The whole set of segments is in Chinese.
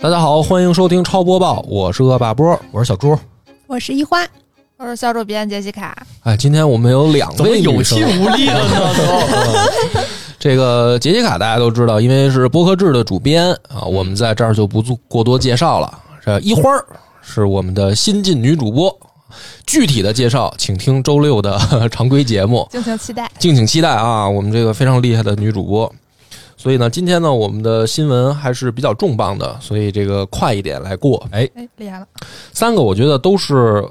大家好，欢迎收听超播报，我是恶霸波，我是小猪。我是一花，我说小主编杰西卡，哎，今天我们有两怎么位有女生气。无力了呢？ 嗯这个杰西卡大家都知道，因为是播客制的主编啊，我们在这儿就不做过多介绍了。这一花儿是我们的新晋女主播，具体的介绍请听周六的呵呵常规节目。敬请期待。敬请期待啊！我们这个非常厉害的女主播。所以呢，今天呢，我们的新闻还是比较重磅的，所以这个快一点来过。哎，哎，厉害了！三个我觉得都是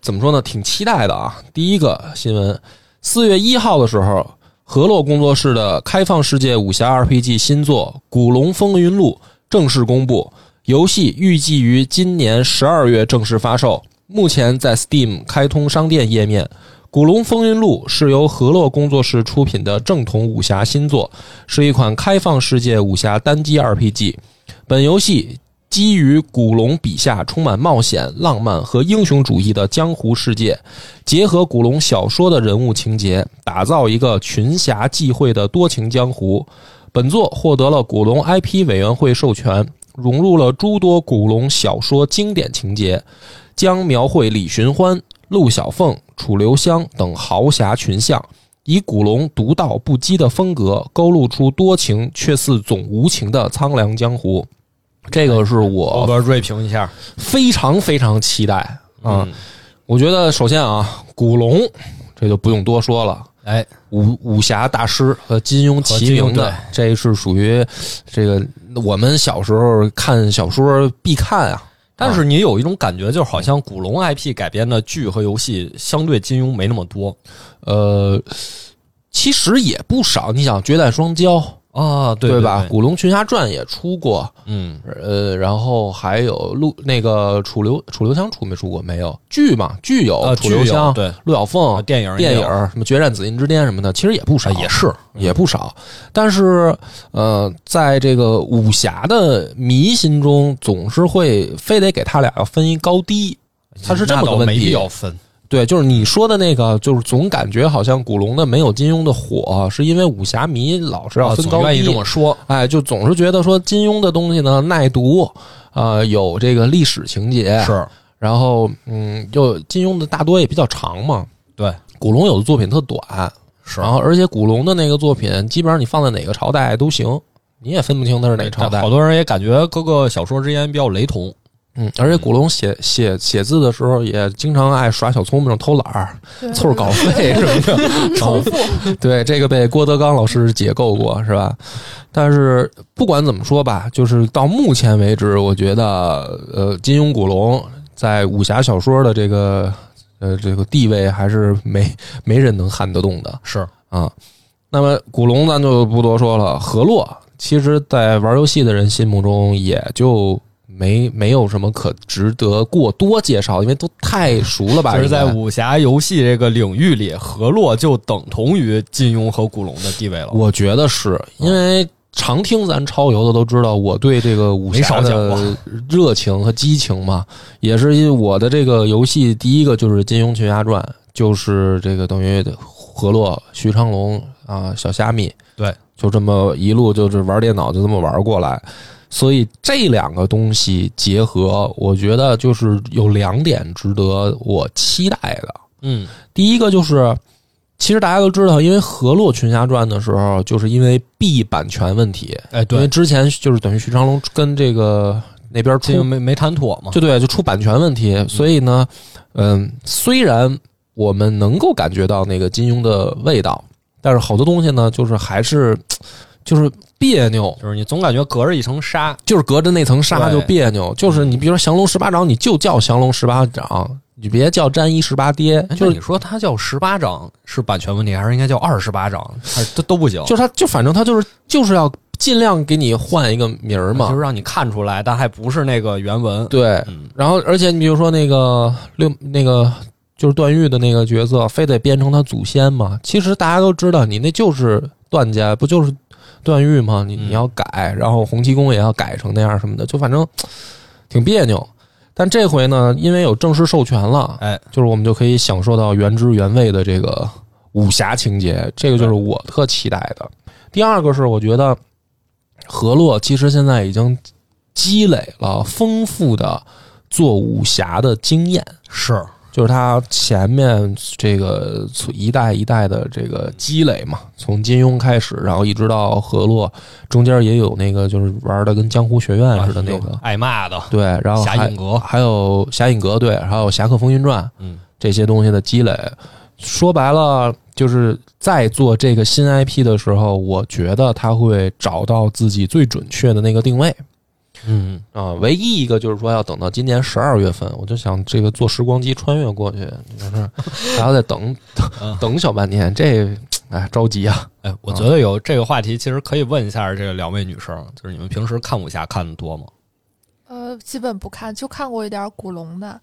怎么说呢，挺期待的啊。第一个新闻，四月一号的时候，河洛工作室的开放世界武侠 RPG 新作《古龙风云录》正式公布，游戏预计于今年十二月正式发售，目前在 Steam 开通商店页面。《古龙风云录》是由河洛工作室出品的正统武侠新作，是一款开放世界武侠单机 RPG。本游戏基于古龙笔下充满冒险、浪漫和英雄主义的江湖世界，结合古龙小说的人物情节，打造一个群侠际会的多情江湖。本作获得了古龙 IP 委员会授权，融入了诸多古龙小说经典情节，将描绘李寻欢、陆小凤、楚留香等豪侠群像，以古龙独到不羁的风格，勾勒出多情却似总无情的苍凉江湖。这个是我我们锐评一下非常非常期待啊！嗯！我觉得首先啊，古龙这就不用多说了。 哎，武武侠大师和金庸齐名的和，这是属于这个我们小时候看小说必看啊。但是你有一种感觉，就好像古龙 IP 改编的剧和游戏相对金庸没那么多呃，其实也不少。你想《绝代双骄》啊，对吧？古龙群侠传》也出过，嗯，呃，然后还有陆那个楚留楚留香出没出过？没有剧嘛？剧有、啊，楚留剧有香、对啊陆小凤、电影电也影有儿什么《决战紫禁之巅》什么的，其实也不少，啊也是也不少。但是，呃，在这个武侠的迷心中，总是会非得给他俩要分一高低。它是这么个问题那倒没必要分，对，就是你说的那个，就是总感觉好像古龙的没有金庸的火，是因为武侠迷老是要啊分总高愿意低。这么说，哎，就总是觉得说金庸的东西呢耐读，呃，有这个历史情节，是然后嗯，就金庸的大多也比较长嘛，对，啊古龙有的作品特短，是然后而且古龙的那个作品，基本上你放在哪个朝代都行，你也分不清它是哪个朝代好。多人也感觉各个小说之间比较雷同，嗯，而且古龙写写写字的时候也经常爱耍小聪明、偷懒儿、嗯凑 合稿费什么的，重复。对，这个被郭德纲老师解构过，是吧？但是不管怎么说吧，就是到目前为止，我觉得呃，金庸、古龙在武侠小说的这个呃这个地位还是没没人能撼得动的。是啊。那么古龙咱就不多说了，河洛其实在玩游戏的人心目中也就没没有什么可值得过多介绍，因为都太熟了吧？就是在应该武侠游戏这个领域里，河洛就等同于金庸和古龙的地位了。嗯我觉得是因为常听咱超游的都知道，我对这个武侠没少讲的过热情和激情嘛，也是因为我的这个游戏第一个就是《金庸群侠传》，就是这个等于河洛徐长龙啊、小虾米，对，就这么一路就是玩电脑就这么玩过来。所以这两个东西结合，我觉得就是有两点值得我期待的。嗯，第一个就是，其实大家都知道，因为《河洛群侠传》的时候，就是因为 B 版权问题，哎，因为对，之前就是等于徐长龙跟这个那边这个出，没没谈妥嘛，就对，就出版权问题，所以呢，嗯，虽然我们能够感觉到那个金庸的味道，但是好多东西呢，就是还是就是别扭。就是你总感觉隔着一层纱，就是隔着那层纱对就别扭，就是你比如说降龙十八掌，你就叫降龙十八掌，你别叫沾衣十八跌，哎就那是你说它叫十八掌是版权问题，还是应该叫二十八掌，还是都都不行，就是他就反正他就是就是要尽量给你换一个名儿嘛就。是让你看出来，但还不是那个原文。对，嗯，然后而且你比如说那个六那个就是段誉的那个角色，非得编成他祖先嘛。其实大家都知道，你那就是段家，不就是段誉吗？你嗯你要改，然后洪七公也要改成那样什么的，就反正挺别扭。但这回呢，因为有正式授权了，哎，就是我们就可以享受到原汁原味的这个武侠情节，这个就是我特期待的。第二个是，我觉得河洛其实现在已经积累了丰富的做武侠的经验，是就是他前面这个一代一代的这个积累嘛，从金庸开始，然后一直到河洛，中间也有那个就是玩的跟江湖学院似的那个，挨骂的对，然后侠还啊影阁，还有《侠影阁》对，还有《侠客风云传》嗯，这些东西的积累。说白了，就是在做这个新 IP 的时候，我觉得他会找到自己最准确的那个定位嗯，啊、唯一一个就是说要等到今年十二月份，我就想这个坐时光机穿越过去，就是 还要再等等等小半天，这哎着急啊！哎，我觉得有这个话题，其实可以问一下这个两位女生，就是你们平时看武侠看的多吗？呃，基本不看，就看过一点古龙的。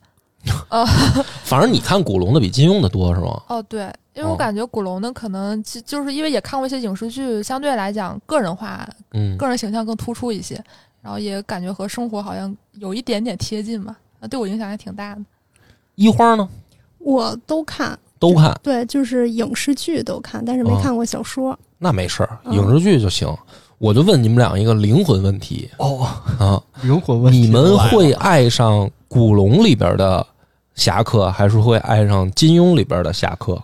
反正你看古龙的比金庸的多是吗？哦，对，因为哦我感觉古龙的可能就就是因为也看过一些影视剧，相对来讲个人化、嗯，个人形象更突出一些，然后也感觉和生活好像有一点点贴近嘛，那对我影响还挺大的。一花呢我都看，都看，对，就是影视剧都看，但是哦没看过小说。那没事儿，嗯影视剧就行。我就问你们俩一个灵魂问题哦，啊，灵魂你们会爱上古龙里边的侠客，还是会爱上金庸里边的侠客？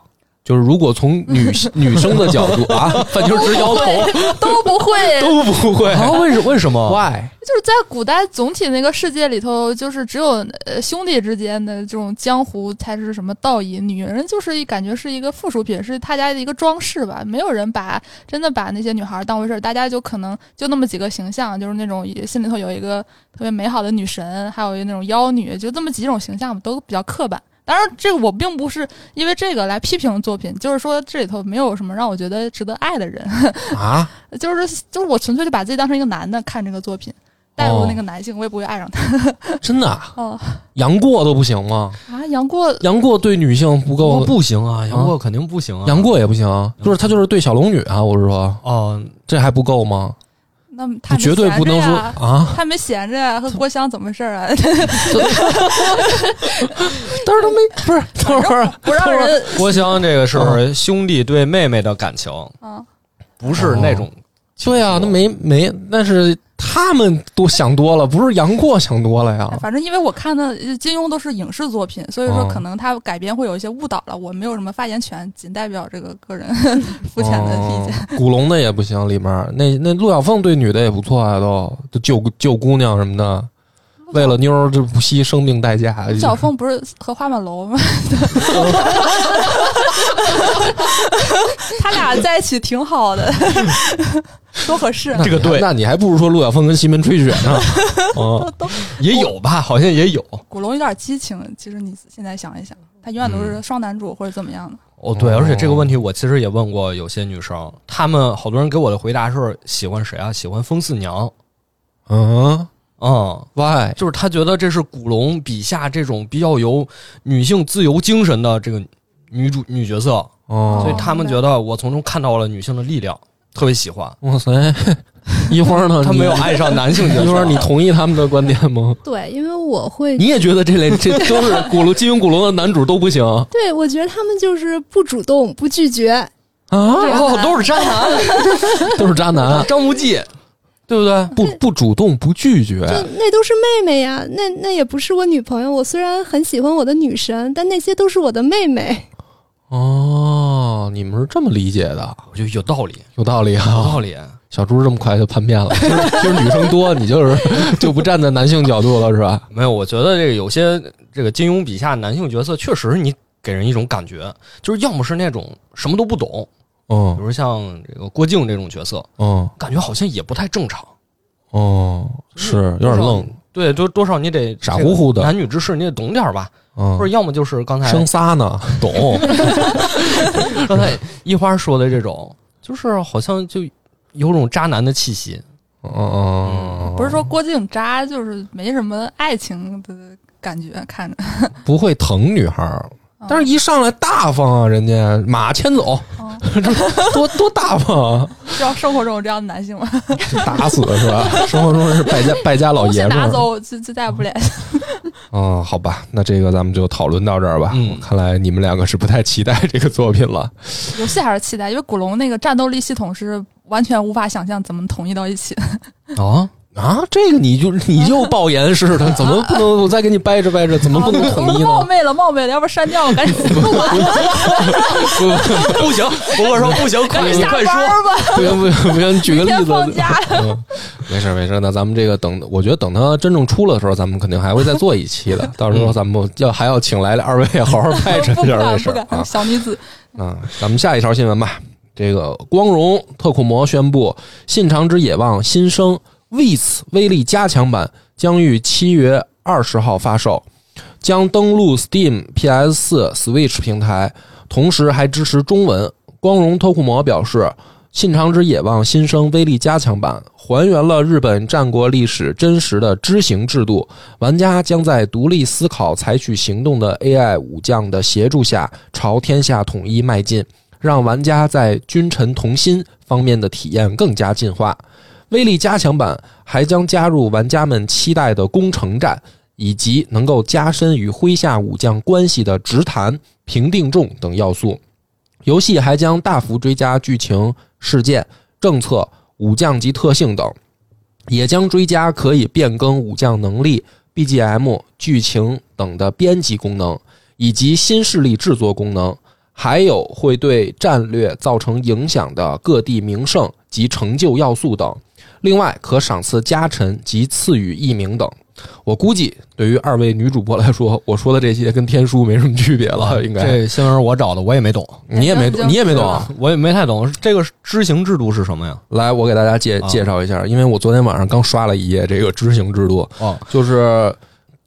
就是如果从女女生的角度啊，范秋 直摇头， 都不会，都不会。啊？为什为 什么？ Why？就是在古代总体那个世界里头，就是只有呃兄弟之间的这种江湖才是什么道义，女人就是一感觉是一个附属品，是大家的一个装饰吧。没有人把真的把那些女孩当回事儿，大家就可能就那么几个形象，就是那种心里头有一个特别美好的女神，还有那种妖女，就这么几种形象吧，都比较刻板。当然，这个我并不是因为这个来批评作品，就是说这里头没有什么让我觉得值得爱的人。啊，就是就是我纯粹就把自己当成一个男的看这个作品，带入那哦个男性，我也不会爱上他。真的啊，哦杨过都不行吗？啊，杨过杨过对女性不杨过够，不行啊，杨过肯定不行啊。杨过也不行啊，就是他就是对小龙女啊，我是说，哦，这还不够吗？那么他没绝对不能闲着说呀啊，他没闲着呀，和郭襄怎么回事 儿啊？但是他没不是，等会儿不让人 郭襄这个啊是兄弟对妹妹的感情，啊，不哦是那种情愫。对啊，那没没，但是他们都想多了，不是杨过想多了呀哎。反正因为我看的金庸都是影视作品，所以说哦可能他改编会有一些误导了，我没有什么发言权，仅代表这个个人 肤浅的意见。哦哦古龙的也不行，里面那那陆小凤对女的也不错啊，都都救救姑娘什么的，为了妞儿这不惜生命代价。陆小凤不是和花满楼吗？ 他俩在一起挺好 的，多合适啊！那你这个对那你还不如说陆小凤跟西门吹雪呢。嗯，也有吧，好像也有。古龙有点激情，其实你现在想一想，他永远都嗯是双男主或者怎么样的。哦，对，哦而且这个问题我其实也问过有些女生，她们好多人给我的回答是喜欢谁啊？喜欢风四娘。嗯嗯， ，why？就是她觉得这是古龙笔下这种比较有女性自由精神的这个女主女角色，所以哦，她们觉得我从中看到了女性的力量，特别喜欢。哇塞， 一会儿呢？ 她没有你爱上男性角色。一会儿你同意他们的观点吗？对，因为我会，你也觉得这类这都是古龙金庸古龙的男主都不行啊？对我觉得他们就是不主动、不拒绝，哎哦，都是渣男，都是渣男，张无忌。对不对？不不主动不拒绝，这那都是妹妹呀，那那也不是我女朋友。我虽然很喜欢我的女神，但那些都是我的妹妹。哦，你们是这么理解的，我觉得有道理，有道理有啊！道理。小猪这么快就叛变了， 就是就是女生多，你就是 就不站在男性角度了，是吧？没有，我觉得这个有些这个金庸笔下男性角色，确实你给人一种感觉，就是要么是那种什么都不懂，比嗯如像这个郭靖这种角色，嗯感觉好像也不太正常，哦，是有点愣，。对，多多少你得傻乎乎的这个男女之事，你得懂点儿吧？嗯或者，要么就是刚才生仨呢， 嗯懂，刚才一花说的这种，就是好像就有种渣男的气息。嗯嗯，不是说郭靖渣，就是没什么爱情的感觉，看 着。不会疼女孩儿。但是，一上来大方啊，人家马牵 走，嗯、多多大方啊，知道生活中有这样的男性吗？就打死是吧？ 生活中是败家败家老东西爷们拿儿。走，就就再也不联 系。嗯，好吧，那这个咱们就讨论到这儿吧。嗯我看来你们两个是不太期待这个作品了。游戏还是期待，因为古龙那个战斗力系统是完全无法想象怎么统一到一起的。啊，啊，这个 你就你又爆言似的，怎么不能？我再给你掰扯掰扯，怎么不能统一哦冒呢？昧了，冒昧了，要不删掉， 赶紧不管了， 不行，伯伯说不行，赶快紧 你下快班说。儿吧。不行不行不行，你举个例明天子 放假，嗯，没事没事，那咱们这个等，我觉得等它真正出了的时候，咱们肯定还会再做一期的。到时候咱们要还要请来二位好好掰扯 不一下这敢事嗯不儿啊敢，。小女子啊，咱们下一条新闻吧。这个光荣特库摩宣布，《信长之野望新生 VS 威力加强版》将于七月二十号发售，将登陆 Steam、PS 四、Switch 平台，同时还支持中文。光荣特库摩表示，《信长之野望新生威力加强版》还原了日本战国历史真实的知行制度，玩家将在独立思考、采取行动的 AI 武将的协助下，朝天下统一迈进，让玩家在君臣同心方面的体验更加进化。威力加强版还将加入玩家们期待的攻城战，以及能够加深与麾下武将关系的直谈、评定中等要素。游戏还将大幅追加剧情、事件、政策、武将及特性等，也将追加可以变更武将能力、BGM、剧情等的编辑功能，以及新势力制作功能，还有会对战略造成影响的各地名胜及成就要素等。另外，可赏赐家臣及赐予异名等。我估计，对于二位女主播来说，我说的这些跟天书没什么区别 了，应该。这新闻我找的，我也没懂，你也 没感觉你也没是懂啊吧，我也没太懂这个知行制度是什么呀？来，我给大家介啊介绍一下，因为我昨天晚上刚刷了一页这个知行制度，哦，就是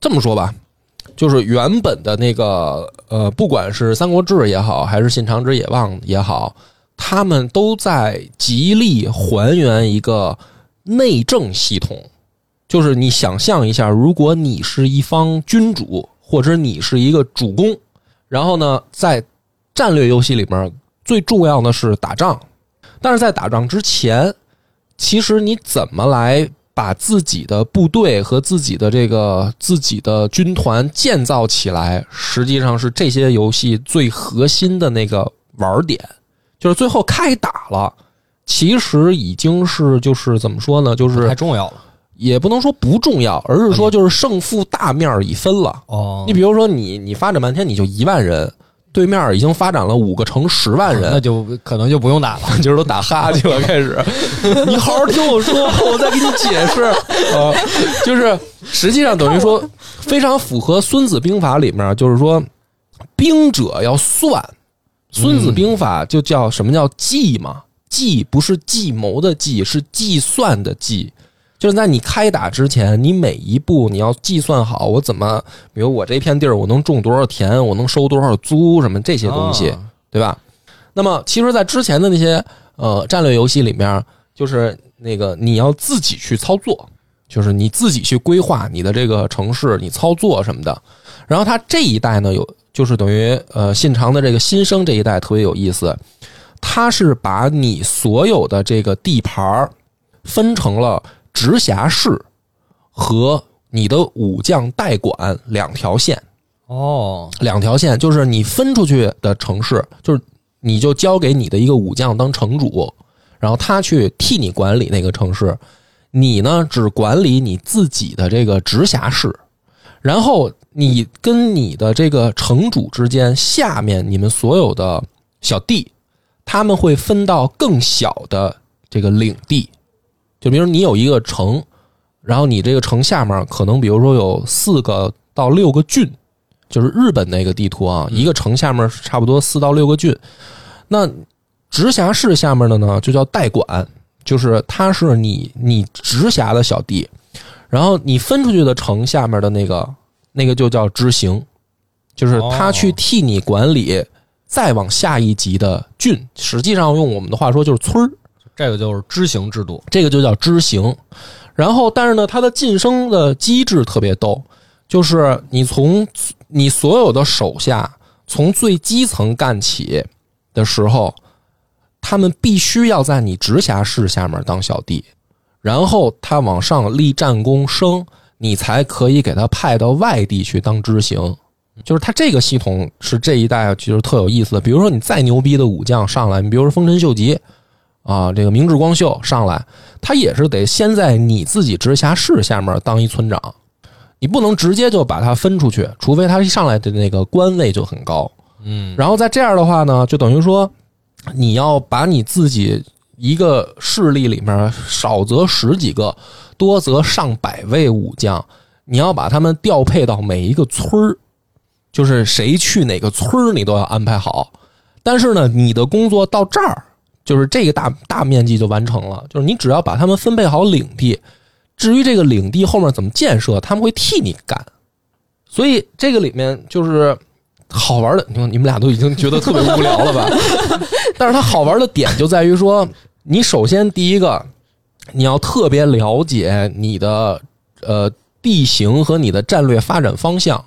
这么说吧，就是原本的那个呃，不管是《三国志》也好，还是《信长之野望》也好，他们都在极力还原一个内政系统。就是你想象一下，如果你是一方君主，或者你是一个主公，然后呢，在战略游戏里面最重要的是打仗，但是在打仗之前，其实你怎么来把自己的部队和自己的这个自己的军团建造起来，实际上是这些游戏最核心的那个玩儿点，就是最后开打了，其实已经是就是怎么说呢，就太是重要了也不能说不重要，而是嗯说就是胜负大面儿已分了。哦你比如说你你发展半天你就一万人，对面已经发展了五个城十万人 那，就可能就不用打了。 今儿都打哈欠了，开始。 你好好听我说，我再给你解释 啊。就是实际上等于说，非常符合《孙子兵法》里面，就是说，兵者要算。《孙子兵法》就叫什么叫计嘛？计不是计谋的计，是计算的计。就是在你开打之前，你每一步你要计算好，我怎么，比如我这片地儿我能种多少田，我能收多少租，什么这些东西。啊对吧？那么，其实，在之前的那些呃战略游戏里面，就是那个你要自己去操作，就是你自己去规划你的这个城市，你操作什么的。然后，它这一代呢，有就是等于呃信长的这个新生这一代特别有意思，它是把你所有的这个地盘儿分成了直辖市和你的武将代管两条线。哦，两条线，就是你分出去的城市，就是你就交给你的一个武将当城主，然后他去替你管理那个城市，你呢只管理你自己的这个直辖市，然后你跟你的这个城主之间，下面你们所有的小弟，他们会分到更小的这个领地，就比如你有一个城，然后你这个城下面可能比如说有四个到六个郡。就是日本那个地图啊，一个城下面是差不多四到六个郡，那直辖市下面的呢就叫代管，就是它是你你直辖的小弟，然后你分出去的城下面的那个那个就叫知行，就是他去替你管理。再往下一级的郡，实际上用我们的话说就是村儿，这个就是知行制度。这个就叫知行。然后，但是呢，它的晋升的机制特别逗，就是你从你所有的手下从最基层干起的时候，他们必须要在你直辖市下面当小弟，然后他往上立战功升，你才可以给他派到外地去当知行。就是他这个系统是这一代其实特有意思的，比如说你再牛逼的武将上来，你比如说丰臣秀吉，啊，这个明智光秀上来，他也是得先在你自己直辖市下面当一村长，你不能直接就把他分出去，除非他一上来的那个官位就很高。嗯，然后再这样的话呢，就等于说你要把你自己一个势力里面少则十几个，多则上百位武将，你要把他们调配到每一个村儿，就是谁去哪个村儿，你都要安排好。但是呢，你的工作到这儿，就是这个大大面积就完成了，就是你只要把他们分配好领地，至于这个领地后面怎么建设，他们会替你干。所以这个里面就是好玩的，你看你们俩都已经觉得特别无聊了吧？ 但是它好玩的点就在于说，你首先第一个，你要特别了解你的呃地形和你的战略发展方向。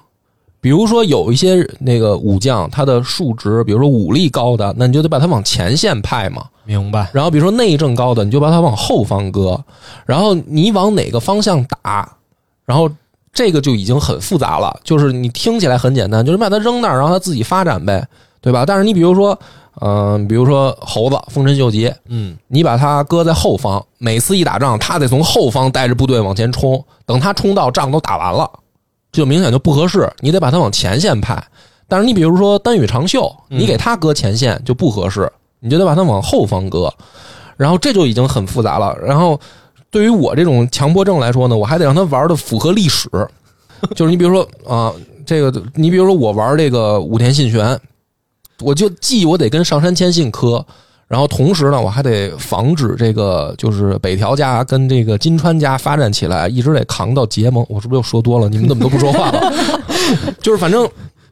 比如说有一些那个武将，他的数值，比如说武力高的，那你就得把他往前线派嘛。明白，然后比如说内政高的，你就把它往后方搁，然后你往哪个方向打，然后这个就已经很复杂了。就是你听起来很简单，就是把它扔那儿，让它自己发展呗，对吧？但是你比如说，嗯、比如说猴子丰臣秀吉，嗯，你把它搁在后方，每次一打仗，他得从后方带着部队往前冲，等他冲到仗都打完了，这就明显就不合适，你得把他往前线派。但是你比如说丹羽长秀，嗯你给他搁前线就不合适，你就得把他往后方搁，然后这就已经很复杂了。然后对于我这种强迫症来说呢，我还得让他玩的符合历史，就是你比如说啊、这个你比如说我玩这个武田信玄，我就记我得跟上杉谦信磕，然后同时呢，我还得防止这个就是北条家跟这个金川家发展起来，一直得扛到结盟。我是不是又说多了？你们怎么都不说话了？就是反正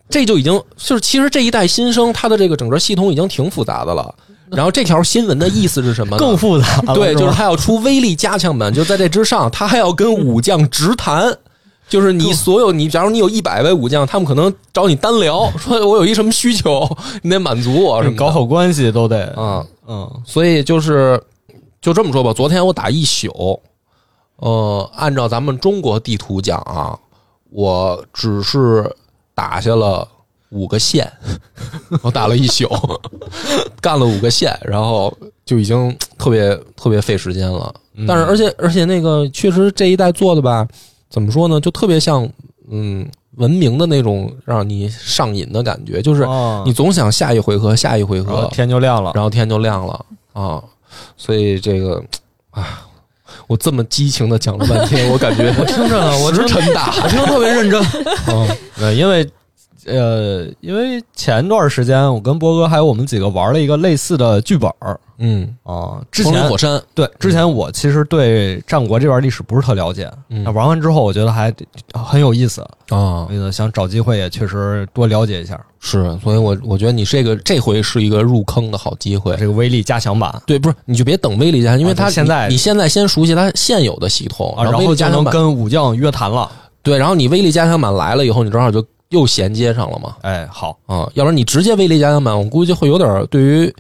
这就已经就是其实这一代新生他的这个整个系统已经挺复杂的了。然后这条新闻的意思是什么呢？更复杂了，对，就是吧他要出威力加强版，就在这之上，他还要跟武将直谈。就是你所有你，假如你有一百位武将，他们可能找你单聊，说我有一什么需求，你得满足我什么的搞好关系都得，啊、嗯，所以就是就这么说吧，昨天我打一宿，呃，按照咱们中国地图讲啊，我只是打下了五个县， 我打了一宿，干了五个县，然后就已经特别特别费时间了。嗯但是而且而且那个确实这一代做的吧，怎么说呢，就特别像嗯文明的那种让你上瘾的感觉，就是哦你总想下一回合，下一回然后合，天就亮了，然后天就亮了啊，所以这个啊，我这么激情的讲了半天，我感觉我听着呢， 我石沉大 海。我听着特别认真，嗯对，因为呃，因为前段时间我跟波哥还有我们几个玩了一个类似的剧本儿嗯，啊，之风林前火山，对嗯之前我其实对战国这边历史不是特了解，嗯那玩完之后我觉得还很有意思，啊，那个想找机会也确实多了解一下是，所以我我觉得你这个这回是一个入坑的好机会。这个威力加强版。对，不是你就别等威力加强，因为啊它、对现在你你现在先熟悉它现有的系统，啊，然威力后就加强能版跟武将约谈了。对，然后你威力加强版来了以后，你正好就又衔接上了嘛。哎，好，啊，要不然你直接威力加强版，我估计会有点儿对于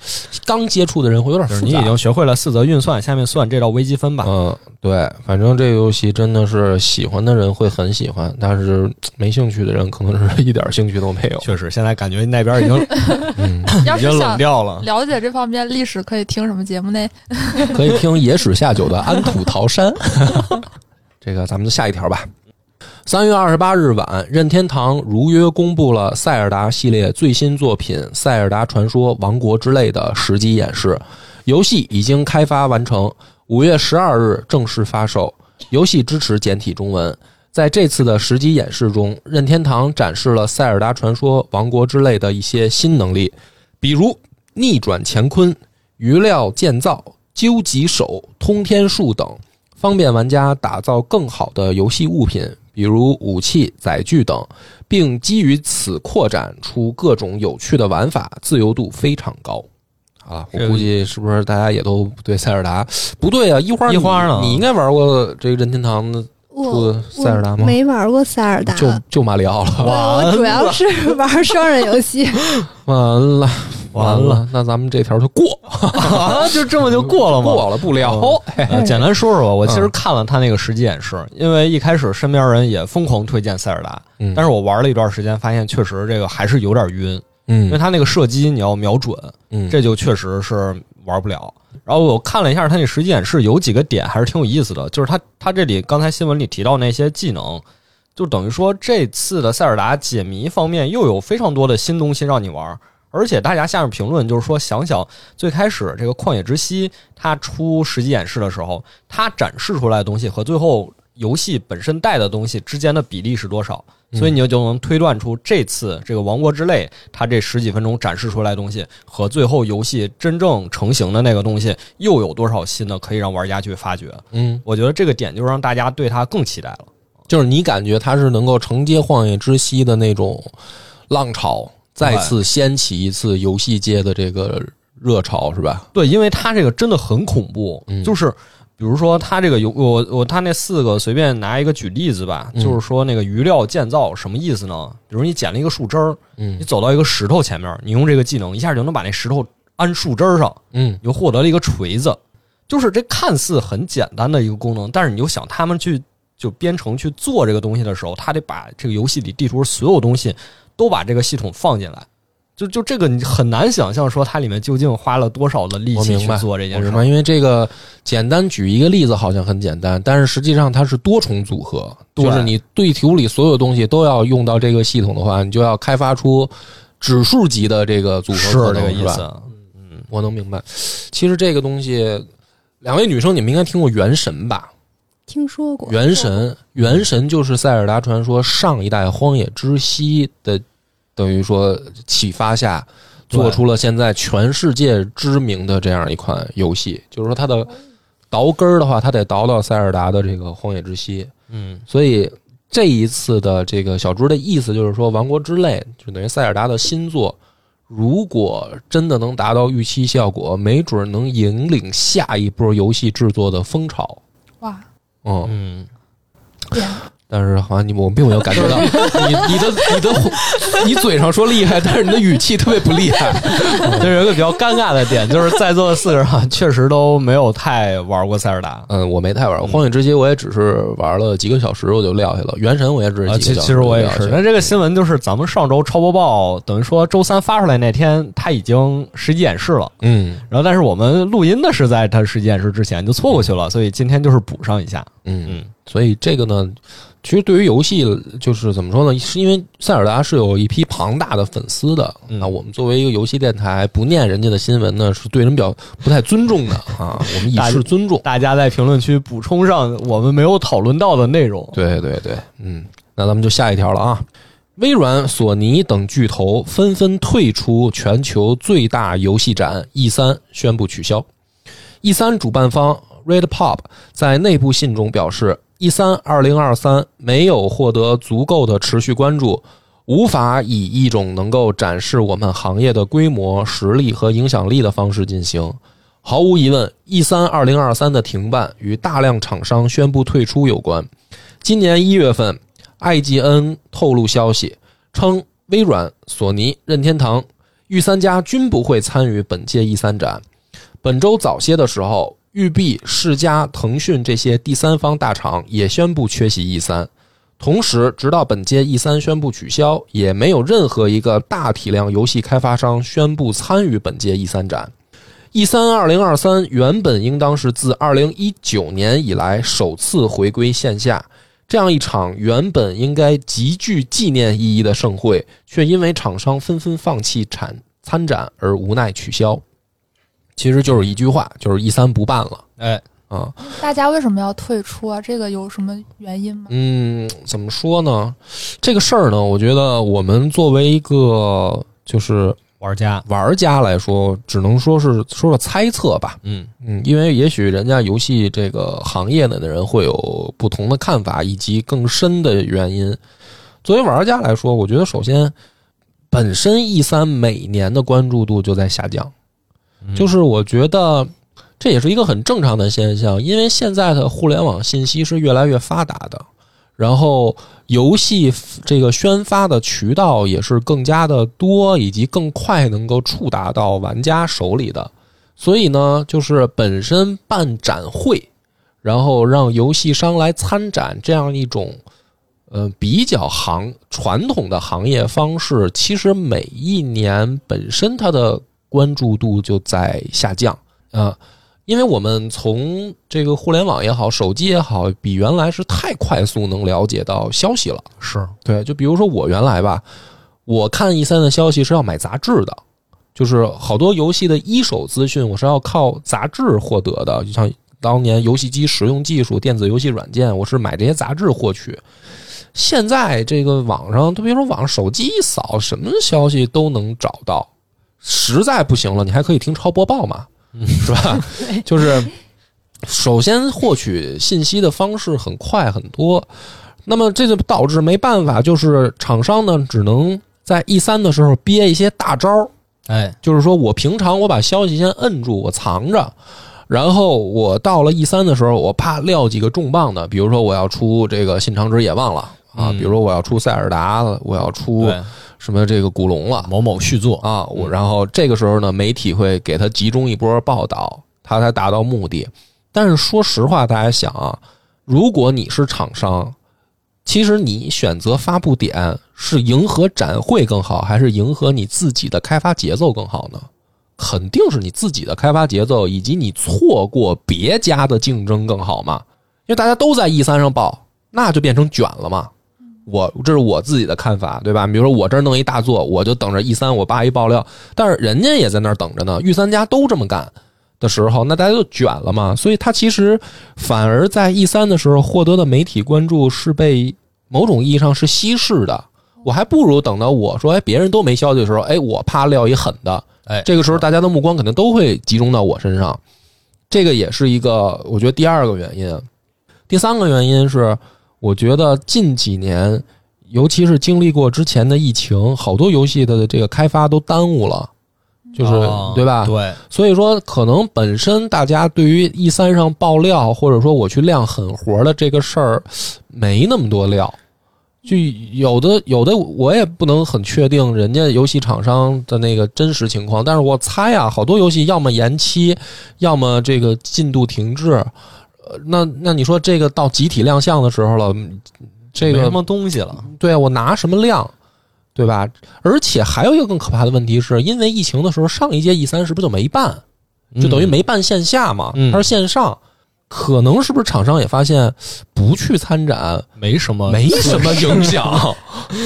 刚接触的人会有点就复是杂。你已经学会了四则运算，下面算这道微积分吧。嗯，对，反正这个游戏真的是喜欢的人会很喜欢，但是没兴趣的人可能是一点兴趣都没有。确实，现在感觉那边已经已 嗯， 要是经冷想掉啊了。了解这方面历史，可以听什么节目呢？可以听野史下酒的安土桃山。这个咱们就下一条吧。三月二十八日晚，任天堂如约公布了塞尔达系列最新作品《塞尔达传说：王国之泪》的实际演示。游戏已经开发完成，五月十二日正式发售。游戏支持简体中文。在这次的实际演示中，任天堂展示了《塞尔达传说：王国之泪》的一些新能力，比如逆转乾坤、余料建造、究极手、通天术等，方便玩家打造更好的游戏物品，比如武器、载具等，并基于此扩展出各种有趣的玩法，自由度非常高。啊，我这估计是不是大家也都对塞尔达不对啊？一花儿一花儿你呢你应该玩过这个任天堂的出我的塞尔达我吗？没玩过塞尔达，就就马里奥了， 对我主要是玩双人游戏。 完了完了，那咱们这条就过 啊，就这么就过了吗？过了，不聊。 哎嘿哎呃，简单说说吧，我其实嗯看了他那个实际演示，因为一开始身边人也疯狂推荐塞尔达，嗯但是我玩了一段时间，发现确实这个还是有点晕，因为嗯他那个射击你要瞄准，嗯，这就确实是玩不了。然后我看了一下他那实际演示，有几个点还是挺有意思的，就是他他这里刚才新闻里提到那些技能，就等于说这次的塞尔达解谜方面又有非常多的新东西让你玩。而且大家下面评论就是说，想想最开始这个《旷野之息》它出实际演示的时候，它展示出来的东西和最后游戏本身带的东西之间的比例是多少，所以你就能推断出这次这个《王国之泪》它这十几分钟展示出来的东西和最后游戏真正成型的那个东西又有多少新的可以让玩家去发掘。嗯，我觉得这个点就让大家对它更期待了。就是你感觉它是能够承接《荒野之息》的那种浪潮，再次掀起一次游戏界的这个热潮，是吧？对，因为它这个真的很恐怖，嗯就是比如说它这个有我我它那四个随便拿一个举例子吧，嗯就是说那个鱼料建造什么意思呢？比如你捡了一个树枝儿，嗯你走到一个石头前面，你用这个技能一下就能把那石头安树枝儿上，嗯你就获得了一个锤子。就是这看似很简单的一个功能，但是你就想他们去就编程去做这个东西的时候，他得把这个游戏里地图所有东西都把这个系统放进来。就就这个你很难想象说它里面究竟花了多少的力我气明去白做这我件事明儿。白，因为这个简单举一个例子好像很简单，但是实际上它是多重组合，对就是你对图里所有东西都要用到这个系统的话，你就要开发出指数级的这个组合是可这能，个意吧？思，我能明白。其实这个东西，两位女生你们应该听过《原神》吧？听说过《原神》《原神》就是《塞尔达传说》上一代《荒野之息》的，等于说启发下。对做出了现在全世界知名的这样一款游戏，就是说它的倒根儿的话，它得倒到塞尔达的这个《荒野之息》。嗯，所以这一次的这个小猪的意思就是说，《王国之泪》就等于塞尔达的新作，如果真的能达到预期效果，没准儿能引领下一波游戏制作的风潮。哇，嗯，嗯，但是好像你我并没有感觉 到你你的你的你嘴上说厉害，但是你的语气特别不厉害。这有一个比较尴尬的点，就是在座的四个人啊，确实都没有太玩过塞尔达。 嗯，我没太玩《荒野之息》，我也只是玩了几个小时我就撂下了，《原神》我也只是啊，几其个小其时实就我撂也下了。是。那这个新闻就是咱们上周超播报，等于说周三发出来那天，它已经实际演示了。嗯然后，但是我们录音的是在它实际演示之前就错过去了，所以今天就是补上一下。嗯嗯所以这个呢，其实对于游戏就是怎么说呢，是因为塞尔达是有一批庞大的粉丝的。嗯那我们作为一个游戏电台，不念人家的新闻呢，是对人比较不太尊重的啊。我 们以示尊重。大家在评论区补充上我们没有讨论到的内容。对对对，嗯，那咱们就下一条了啊。微软、索尼等巨头纷纷退出全球最大游戏展 E 3宣布取消。E 3主办方 Red Pop 在内部信中表示，E 3 2023没有获得足够的持续关注，无法以一种能够展示我们行业的规模、实力和影响力的方式进行。毫无疑问，E 3 2023的停办与大量厂商宣布退出有关。今年一月份，IGN 透露消息称，微软、索尼、任天堂御三家均不会参与本届 E 三展。本周早些的时候，育碧、世嘉、腾讯这些第三方大厂也宣布缺席 E 三。同时，直到本届 E 三宣布取消，也没有任何一个大体量游戏开发商宣布参与本届 E 三展。E 三二零二三原本应当是自二零一九年以来首次回归线下，这样一场原本应该极具纪念意义的盛会，却因为厂商纷纷放弃产参展而无奈取消。其实就是一句话，就是一三不办了哎，啊。大家为什么要退出啊？这个有什么原因吗？嗯，怎么说呢？这个事儿呢，我觉得我们作为一个就是玩家，玩家来说，只能说是说说猜测吧。嗯，嗯，因为也许人家游戏这个行业内的人会有不同的看法，以及更深的原因。作为玩家来说，我觉得首先，本身 E 三每年的关注度就在下降，嗯就是我觉得这也是一个很正常的现象，因为现在的互联网信息是越来越发达的，然后游戏这个宣发的渠道也是更加的多，以及更快能够触达到玩家手里的。所以呢，就是本身办展会，然后让游戏商来参展这样一种，呃，比较行传统的行业方式，其实每一年本身它的关注度就在下降，啊，因为我们从这个互联网也好，手机也好，比原来是太快速能了解到消息了。是对，就比如说我原来吧，我看 E 三的消息是要买杂志的，就是好多游戏的一手资讯我是要靠杂志获得的，就像当年游戏机使用技术、电子游戏软件，我是买这些杂志获取。现在这个网上，特别说网上手机一扫，什么消息都能找到。实在不行了，你还可以听超播报嘛，是吧？哎就是首先获取信息的方式很快很多，那么这就导致没办法，就是厂商呢只能在 E 三的时候憋一些大招儿， 哎，就是说我平常我把消息先摁住，我藏着，然后我到了 E 三的时候，我啪撂几个重磅的，比如说我要出这个《信长之野望》了啊，嗯比如说我要出《塞尔达》了，我要出对，什么这个古龙了某某续作，啊，我然后这个时候呢，媒体会给他集中一波报道，他才达到目的。但是说实话，大家想啊，如果你是厂商，其实你选择发布点是迎合展会更好，还是迎合你自己的开发节奏更好呢？肯定是你自己的开发节奏，以及你错过别家的竞争更好嘛。因为大家都在 E 三上报，那就变成卷了嘛。我这是我自己的看法，对吧？比如说我这儿弄一大作，我就等着 E 三我扒一爆料，但是人家也在那儿等着呢。御三家都这么干的时候，那大家就卷了嘛。所以它其实反而在 E 三的时候获得的媒体关注是被某种意义上是稀释的。我还不如等到我说，哎，别人都没消息的时候，哎，我啪撂一狠的，哎，这个时候大家的目光可能都会集中到我身上，这个也是一个我觉得第二个原因。第三个原因是，我觉得近几年，尤其是经历过之前的疫情，好多游戏的这个开发都耽误了，就是、哦对吧？对，所以说，可能本身大家对于 E 三上爆料，或者说我去亮狠活的这个事儿，没那么多料。就有的有的，我也不能很确定人家游戏厂商的那个真实情况，但是我猜啊，好多游戏要么延期，要么这个进度停滞。呃，那那你说这个到集体亮相的时候了，嗯这没个什么东西了，对啊，我拿什么量，对吧？而且还有一个更可怕的问题是，因为疫情的时候，上一届 E 三是不是就没办？就等于没办线下嘛，嗯它是线上。可能是不是厂商也发现不去参展嗯 没什么，没什么影响？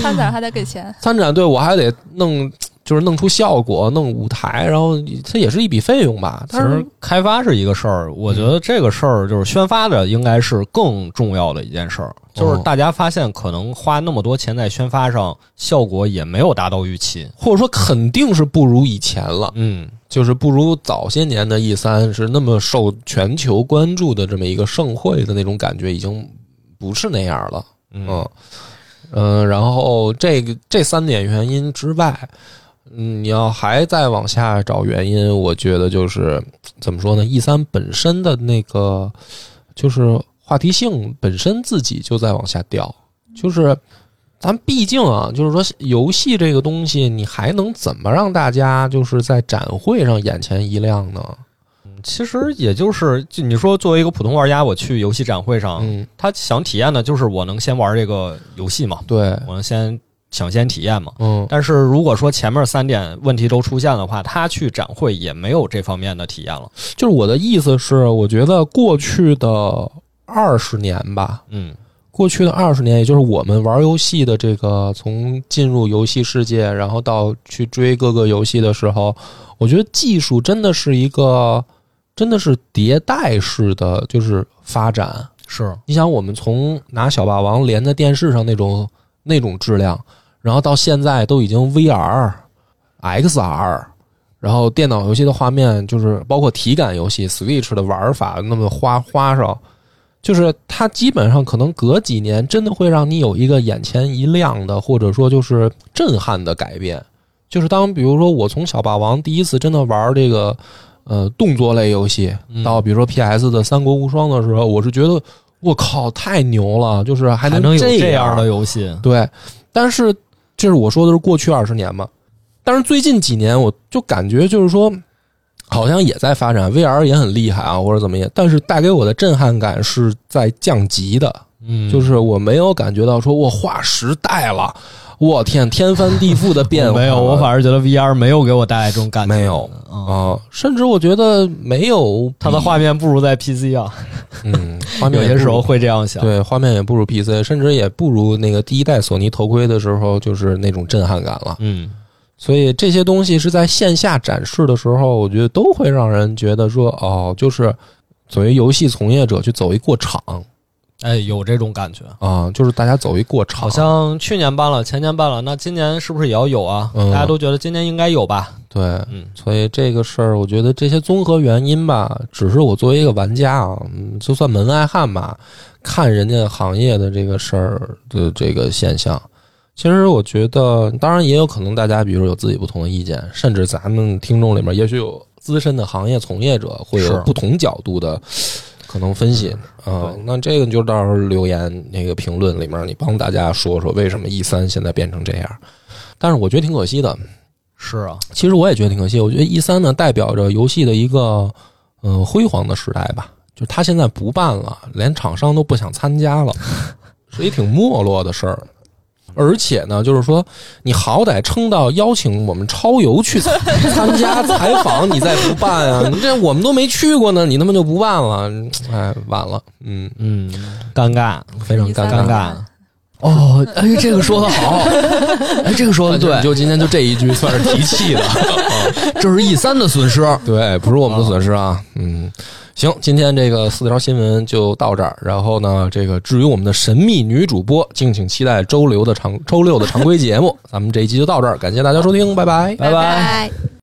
参展还得给钱，参展对我还得弄，就是弄出效果，弄舞台，然后它也是一笔费用吧。其但是实开发是一个事儿，我觉得这个事儿就是宣发的，应该是更重要的一件事儿。就是大家发现，可能花那么多钱在宣发上，效果也没有达到预期。或者说肯定是不如以前了，嗯，就是不如早些年的 E 三是那么受全球关注的这么一个盛会的那种感觉，已经不是那样了。嗯嗯，嗯，然后这个这三点原因之外，嗯，你要还再往下找原因，我觉得就是怎么说呢？E 三本身的那个就是话题性本身自己就在往下掉，就是咱毕竟啊，就是说游戏这个东西，你还能怎么让大家就是在展会上眼前一亮呢？其实也就是，就你说作为一个普通玩家，我去游戏展会上，嗯，他想体验的就是我能先玩这个游戏嘛，对，我能先抢先体验嘛。嗯，但是如果说前面三点问题都出现的话，他去展会也没有这方面的体验了。就是我的意思是，我觉得过去的二十年吧，嗯，过去的二十年，也就是我们玩游戏的这个从进入游戏世界，然后到去追各个游戏的时候，我觉得技术真的是一个，真的是迭代式的，就是发展。是，你想，我们从拿小霸王连在电视上那种那种质量，然后到现在都已经 VR、XR，然后电脑游戏的画面就是包括体感游戏 Switch 的玩法那么花花哨，就是它基本上可能隔几年真的会让你有一个眼前一亮的，或者说就是震撼的改变。就是当比如说我从小霸王第一次真的玩这个呃动作类游戏，嗯到比如说 PS 的《三国无双》的时候，我是觉得我靠太牛了，就是还还能能有这样样的游戏。对，但是这是我说的是过去二十年嘛，但是最近几年我就感觉就是说，好像也在发展，VR 也很厉害啊，或者怎么也，但是带给我的震撼感是在降级的，嗯就是我没有感觉到说我划时代了我天，天翻地覆的变化。 没有，我反而觉得 VR 没有给我带来这种感觉。没有嗯啊，甚至我觉得没有比它的，画面不如在 PC 啊，嗯，画面有也些不时候如会这样想。对画面也不如 PC，甚至也不如那个第一代索尼头盔的时候就是那种震撼感了。嗯，所以这些东西是在线下展示的时候，我觉得都会让人觉得说，哦，就是作为游戏从业者去走一过场哎，有这种感觉。啊，就是大家走一过场，好像去年办了，前年办了，那今年是不是也要有啊？嗯大家都觉得今年应该有吧？对。嗯，所以这个事儿，我觉得这些综合原因吧，只是我作为一个玩家啊，嗯，就算门外汉吧，看人家行业的这个事儿的这个现象，其实我觉得，当然也有可能大家比如有自己不同的意见，甚至咱们听众里面也许有资深的行业从业者会有是嗯不同角度的。可能分析啊、对那这个你就到时候留言那个评论里面，你帮大家说说为什么 E 三现在变成这样。但是我觉得挺可惜的，是啊，其实我也觉得挺可惜。我觉得 E 三呢，代表着游戏的一个嗯、呃辉煌的时代吧，就是它现在不办了，连厂商都不想参加 了，是一挺没落的事儿。而且呢，就是说，你好歹撑到邀请我们超游去参参加采访，你再不办 啊？你这我们都没去过呢，你他妈就不办了？哎，晚了，嗯，嗯，尴尬， 非常 E 尴尴尬。尬。哦，哎，这个说的好，哎，这个说的 就对，就今天就这一句算是提气的，这是 E 三的损失。对，不是我们的损失啊。嗯，行，今天这个四条新闻就到这儿。然后呢，这个至于我们的神秘女主播，敬请期待周六的常周六的常规节目。咱们这一集就到这儿，感谢大家收听，拜拜。拜拜拜拜。